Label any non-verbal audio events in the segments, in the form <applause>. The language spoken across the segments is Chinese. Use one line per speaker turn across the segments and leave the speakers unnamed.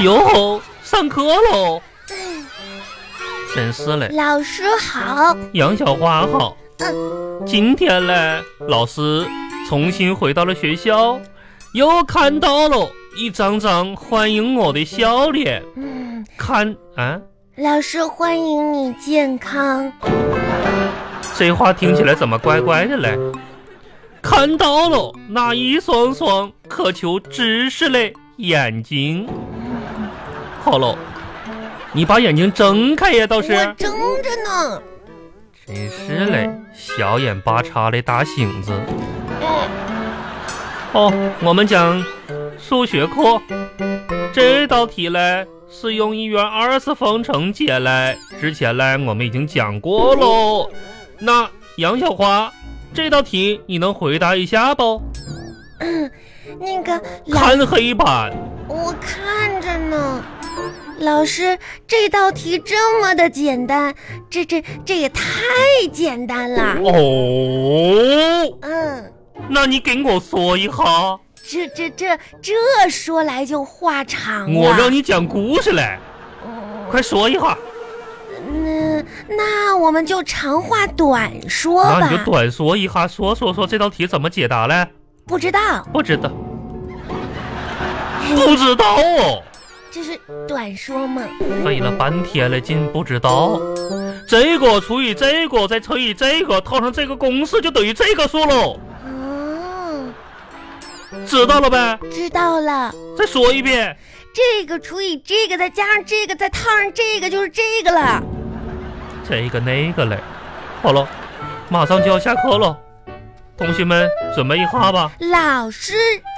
哟，上课喽！真是嘞，
<clears throat> 老师好，
杨小花好。今天嘞，老师重新回到了学校，又看到了一张张欢迎我的笑脸。
嗯，
看啊，
老师欢迎你健康。
这话听起来怎么怪怪的嘞？看到了那一双双渴求知识嘞眼睛。好喽，你把眼睛睁开呀，倒是。
我睁着呢。
真是嘞，小眼巴叉的大醒子。哦，我们讲数学课，这道题嘞是用一元二次方程解嘞。之前嘞我们已经讲过喽。那杨小花，这道题你能回答一下不？
那个老，
看黑板，
我看着呢。老师，这道题这么的简单，这这这也太简单了。
哦，
嗯，
那你给我说一下，
这这这这说来就话长了。
我让你讲故事嘞，
嗯
快说一下。
那那我们就长话短说
那
吧。
啊你就短说一下，说说说这道题怎么解答嘞？
不知道，
不知道，不知道哦，哎
这是短说嘛？
费了半天了劲不知道，这个除以这个再乘以这个，套上这个公式就等于这个数喽，
哦，
知道了呗？
知道了。
再说一遍，
这个除以这个，再加上这个，再套上这个，就是这个了。
这个那个嘞。好了，马上就要下课了，同学们准备一下吧。
老师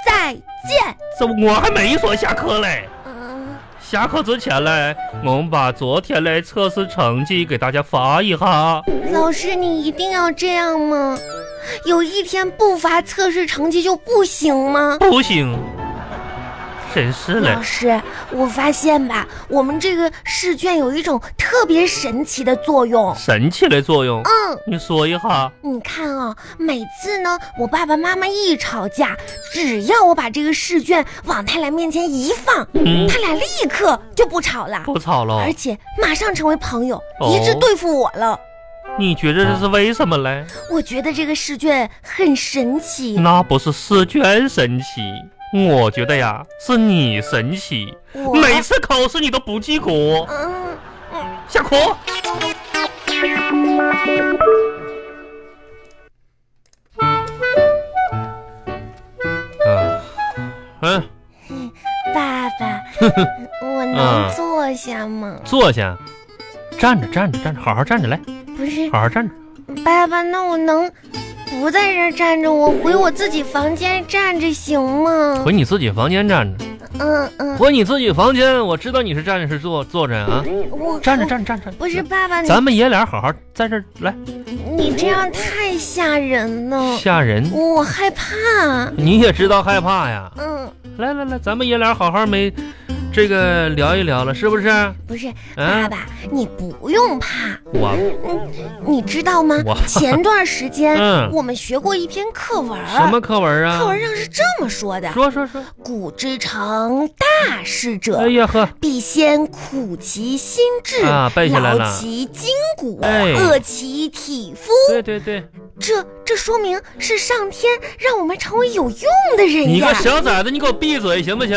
再见。
这我还没说下课嘞。
嗯、
下课之前嘞，我们把昨天嘞测试成绩给大家发一下。
老师，你一定要这样吗？有一天不发测试成绩就不行吗？
不行，真是嘞
老，师，我发现吧，我们这个试卷有一种特别神奇的作用。
神奇的作用。
嗯，
你说一下，
你看啊、每次呢，我爸爸妈妈一吵架，只要我把这个试卷往他俩面前一放，
嗯，
他俩立刻就不吵了。
不吵了
而。且马上成为朋友，
哦
一致对付我了。
你觉得这是为什么嘞？
我觉得这个试卷很神奇，
那不是试卷神奇，我觉得呀，是你神奇。
我啊
每次考试你都不及格，
嗯嗯，
下课。嗯嗯，
爸
<laughs>
爸，我能
嗯
坐下吗？
坐下，站着站着站着，好好站着来，
不是，
好好站着。
爸爸，那我能不在这儿站着，我回我自己房间站着行吗？
回你自己房间站着，
嗯嗯，
回你自己房间。我知道你是站着是坐坐着啊，
我
站着站着站着。
嗯不是爸爸，你
咱们爷俩好好在这儿来，
你这样太吓人了，
吓人。
我害怕。
你也知道害怕呀。
嗯，
来来来，咱们爷俩好好没这个聊一聊了，是不是？
不是，爸
啊，
爸，你不用怕。
我
嗯你知道吗
我？
<laughs> 前段时间、
嗯
我们学过一篇课文儿，
什么课文啊
课？文上是这么说的：
说说说。
古之成大事者，
哎呀呵，
必先苦其心志，
啊背下来了
劳其筋骨，
哎
饿其体肤。
对对对，
这这说明是上天让我们成为有用的人
你
哎呀
个！小崽子，你给我闭嘴行不行？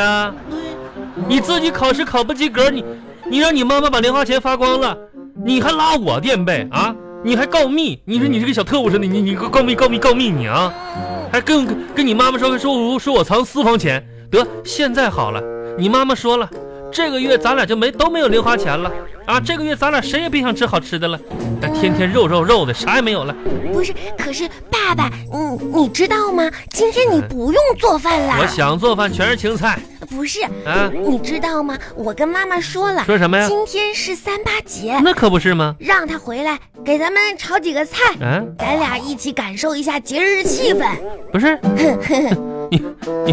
你自己考试考不及格，你你让你妈妈把零花钱花光了，你还拉我垫背啊？你还告密？你说你这个小特务似的，你你告密告密告密你啊？
嗯
还跟跟你妈妈说说我说我藏私房钱，得现在好了，你妈妈说了，这个月咱俩就没都没有零花钱了啊，这个月咱俩谁也别想吃好吃的了，哎天天肉肉肉的，啥也没有了。
不是，可是爸爸，你你知道吗？今天你不用做饭
嗯我
啦。
想做饭全是青菜
不是，
啊，
你知道吗？我跟妈妈说了，
说什么呀？
今天是三八节，
<laughs> 那可不是吗？
让他回来给咱们炒几个菜，
啊，
咱俩一起感受一下节日气氛。
不是， <laughs>
<laughs>
你你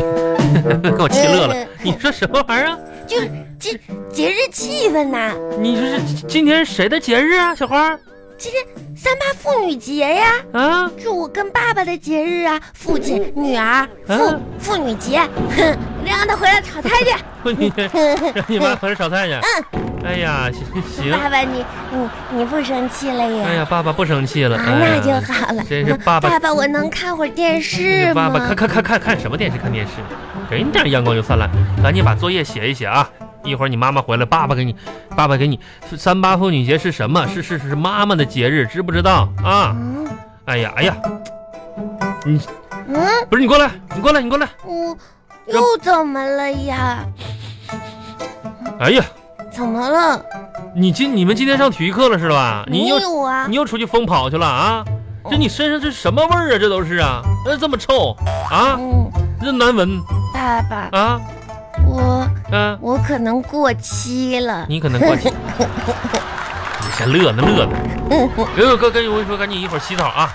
给我气乐
嗯
了，你说什么玩意儿啊？
就是这节日气氛呐、
你这是今天是谁的节日啊，小花？
今天三八妇女节呀，
啊， <laughs>
是我跟爸爸的节日啊，父亲、女儿、妇
嗯
妇女节， <laughs> 哼，让他回来炒菜去。
你让 <laughs> 你
<laughs>
妈回来炒菜去。
嗯，
哎呀，行行，
爸爸你你你不生气了呀？
哎呀，爸爸不生气了。
啊，
哎
那
呀
就好了。
真是
嗯
爸爸
我能看会儿电视
爸
吗？
爸看看看看看什么电视？看电视，人点阳光就灿烂。赶紧把作业写一写啊！一会儿你妈妈回来，爸爸给你，爸爸给你。三八妇女节是什么？是是是妈妈的节日，知不知道啊？
嗯
哎呀哎呀，
嗯，
不是你过来，你过来，你过来。
我又怎么了呀？
哎呀，
怎么了？
你今你们今天上体育课了是吧？你
没
又
有啊哦
你？又出去疯跑去了啊？这你身上这什么味儿啊？这都是啊，那这么臭啊，
嗯，
这难闻
爸爸，
啊，
我
嗯、
我可能过期了。
你可能
<laughs>
过期。你先乐呢乐呢。刘友哥跟我说，赶紧一会儿洗澡啊。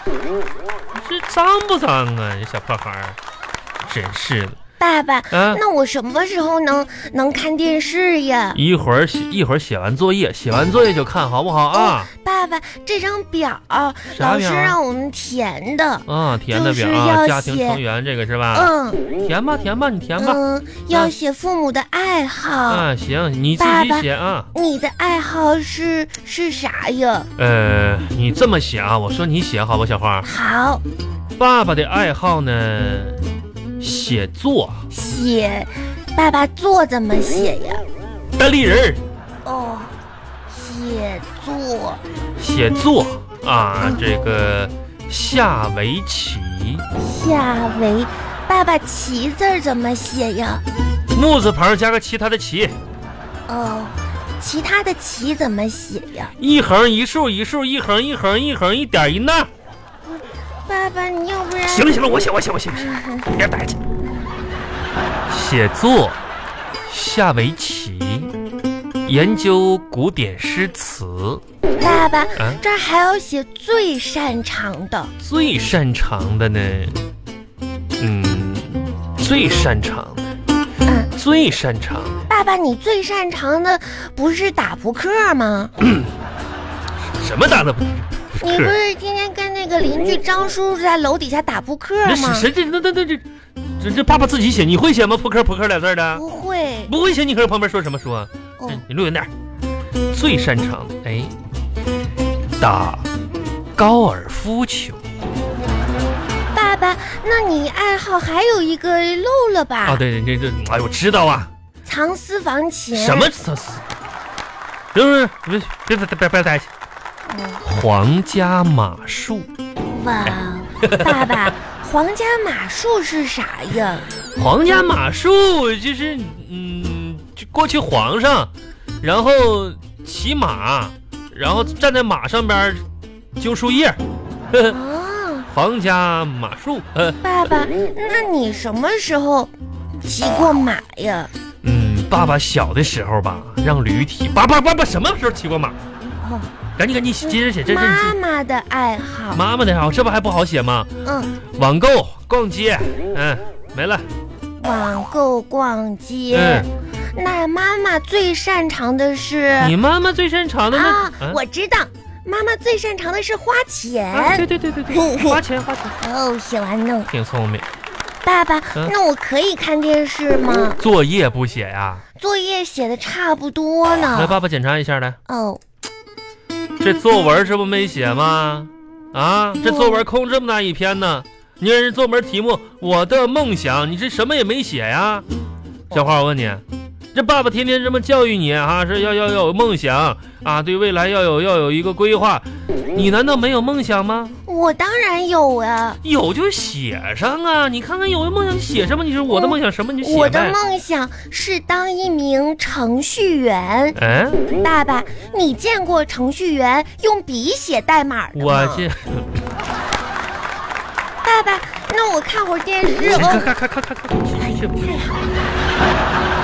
这脏不脏啊？这小破孩儿，真是的
爸爸，
啊！
那我什么时候能能看电视呀？
一会儿写，一会儿写完作业，写完作业就看好不好啊？
爸爸，这张表
啥
老师
表啊
让我们填的。
啊，填的表
哦就是要
啊，家庭
写
成员这个是吧？
嗯
填吧，填吧，你填吧。
嗯，要写父母的爱好。
啊，行，你自
爸
己
爸
写啊。
你的爱好是是啥呀？
呃，你这么写啊？我说你写好吧，小花。
好，
爸爸的爱好呢，写作，
写爸爸作怎么写呀？
单立人儿。
哦，写作。
写作啊，这个下围棋，
下围，爸爸棋字儿怎么写呀？
木字旁加个其他的棋，
哦，其他的棋怎么写呀？
一横一竖一竖一横一横一横一点一捺。
爸爸，你要不然
行了行了，我写我写我写，我写别打去。写作，下围棋，研究古典诗词，
爸爸
啊
这儿还要写最擅长的
最擅长的呢，嗯，最擅长
嗯
的，最擅长的。
爸爸，你最擅长的不是打扑克吗？
什么打的扑
你
克
不？是天天跟那个邻居张叔叔在楼底下打扑克
那
吗
是？谁这那那那这这这爸爸自己写，你会写吗？扑克扑克俩字儿的，
不会，
不会写，你搁这旁边说什么说？
哦
嗯，你录远点儿。最擅长的哎，打高尔夫球
爸爸，那你爱好还有一个漏了吧？
啊，对对对对，哎，我知道啊，
藏私房钱。
什么？这是？不是别别别别别待去，嗯皇家马术，
哇，
<laughs>
爸爸，皇家马术是啥呀？
皇家马术就是嗯，就过去皇上，然后骑马，然后站在马上边儿揪树叶儿， <laughs> 呵呵
啊，
皇家马术。呃，
爸爸，那你什么时候骑过马呀？
嗯，爸爸小的时候吧，让驴踢。爸爸爸爸什么时候骑过马？
哦，
赶紧赶紧接着写，这认
妈
真。
妈的爱好。
妈妈的好，这不还不好写吗？
嗯，
网购、逛街，嗯，没了。
网购、逛街
嗯。，
那妈妈最擅长的是
嗯你妈妈最擅长的那
啊，
啊
我知道，妈妈最擅长的是花钱。
啊，对对对对对，花钱花钱，
哦，写完弄。
挺聪明。
爸爸，
嗯
那我可以看电视吗？
作业不写呀、
作业写的差不多
来，
呢。
爸爸检查一下来，
哦，
这作文这不没写吗？啊，这作文空这么大一篇呢。你看这作文题目《我的梦想》，你这什么也没写呀？小花，我问你，这爸爸天天这么教育你啊，说要要要有梦想啊，对未来要有要有一个规划，你难道没有梦想吗？
我当然有啊。
有就写上啊！你看看有梦想就写什么？你说我的梦想什么你就
我
写
的
呗。
梦想是当一名程序员。
哎，
爸爸，你见过程序员用笔写代码的
我
吗？
这
爸爸，那我看会儿电视
看
哦。
看看看看看，去去去。
太好了，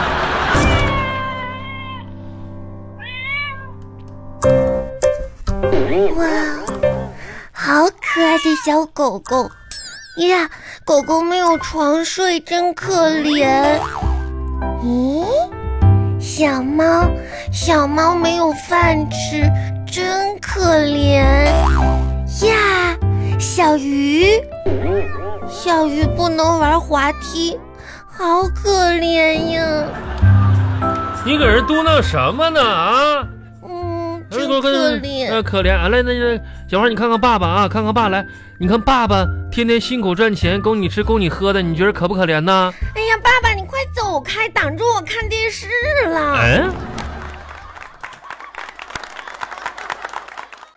哇，好可爱的小狗狗呀！狗狗没有床睡，真可怜。咦，小猫，小猫没有饭吃，真可怜呀！小鱼，小鱼不能玩滑梯，好可怜呀！
你搁这嘟囔什么呢啊？
嗯，
哎
真
我看
可怜。
呃，可怜。啊、来，那那小花，你看看爸爸啊，看看爸来，你看爸爸天天辛苦赚钱，供你吃，供你喝的，你觉得可不可怜呢？
哎呀，爸爸，你快走开，挡住我看电视了。
嗯、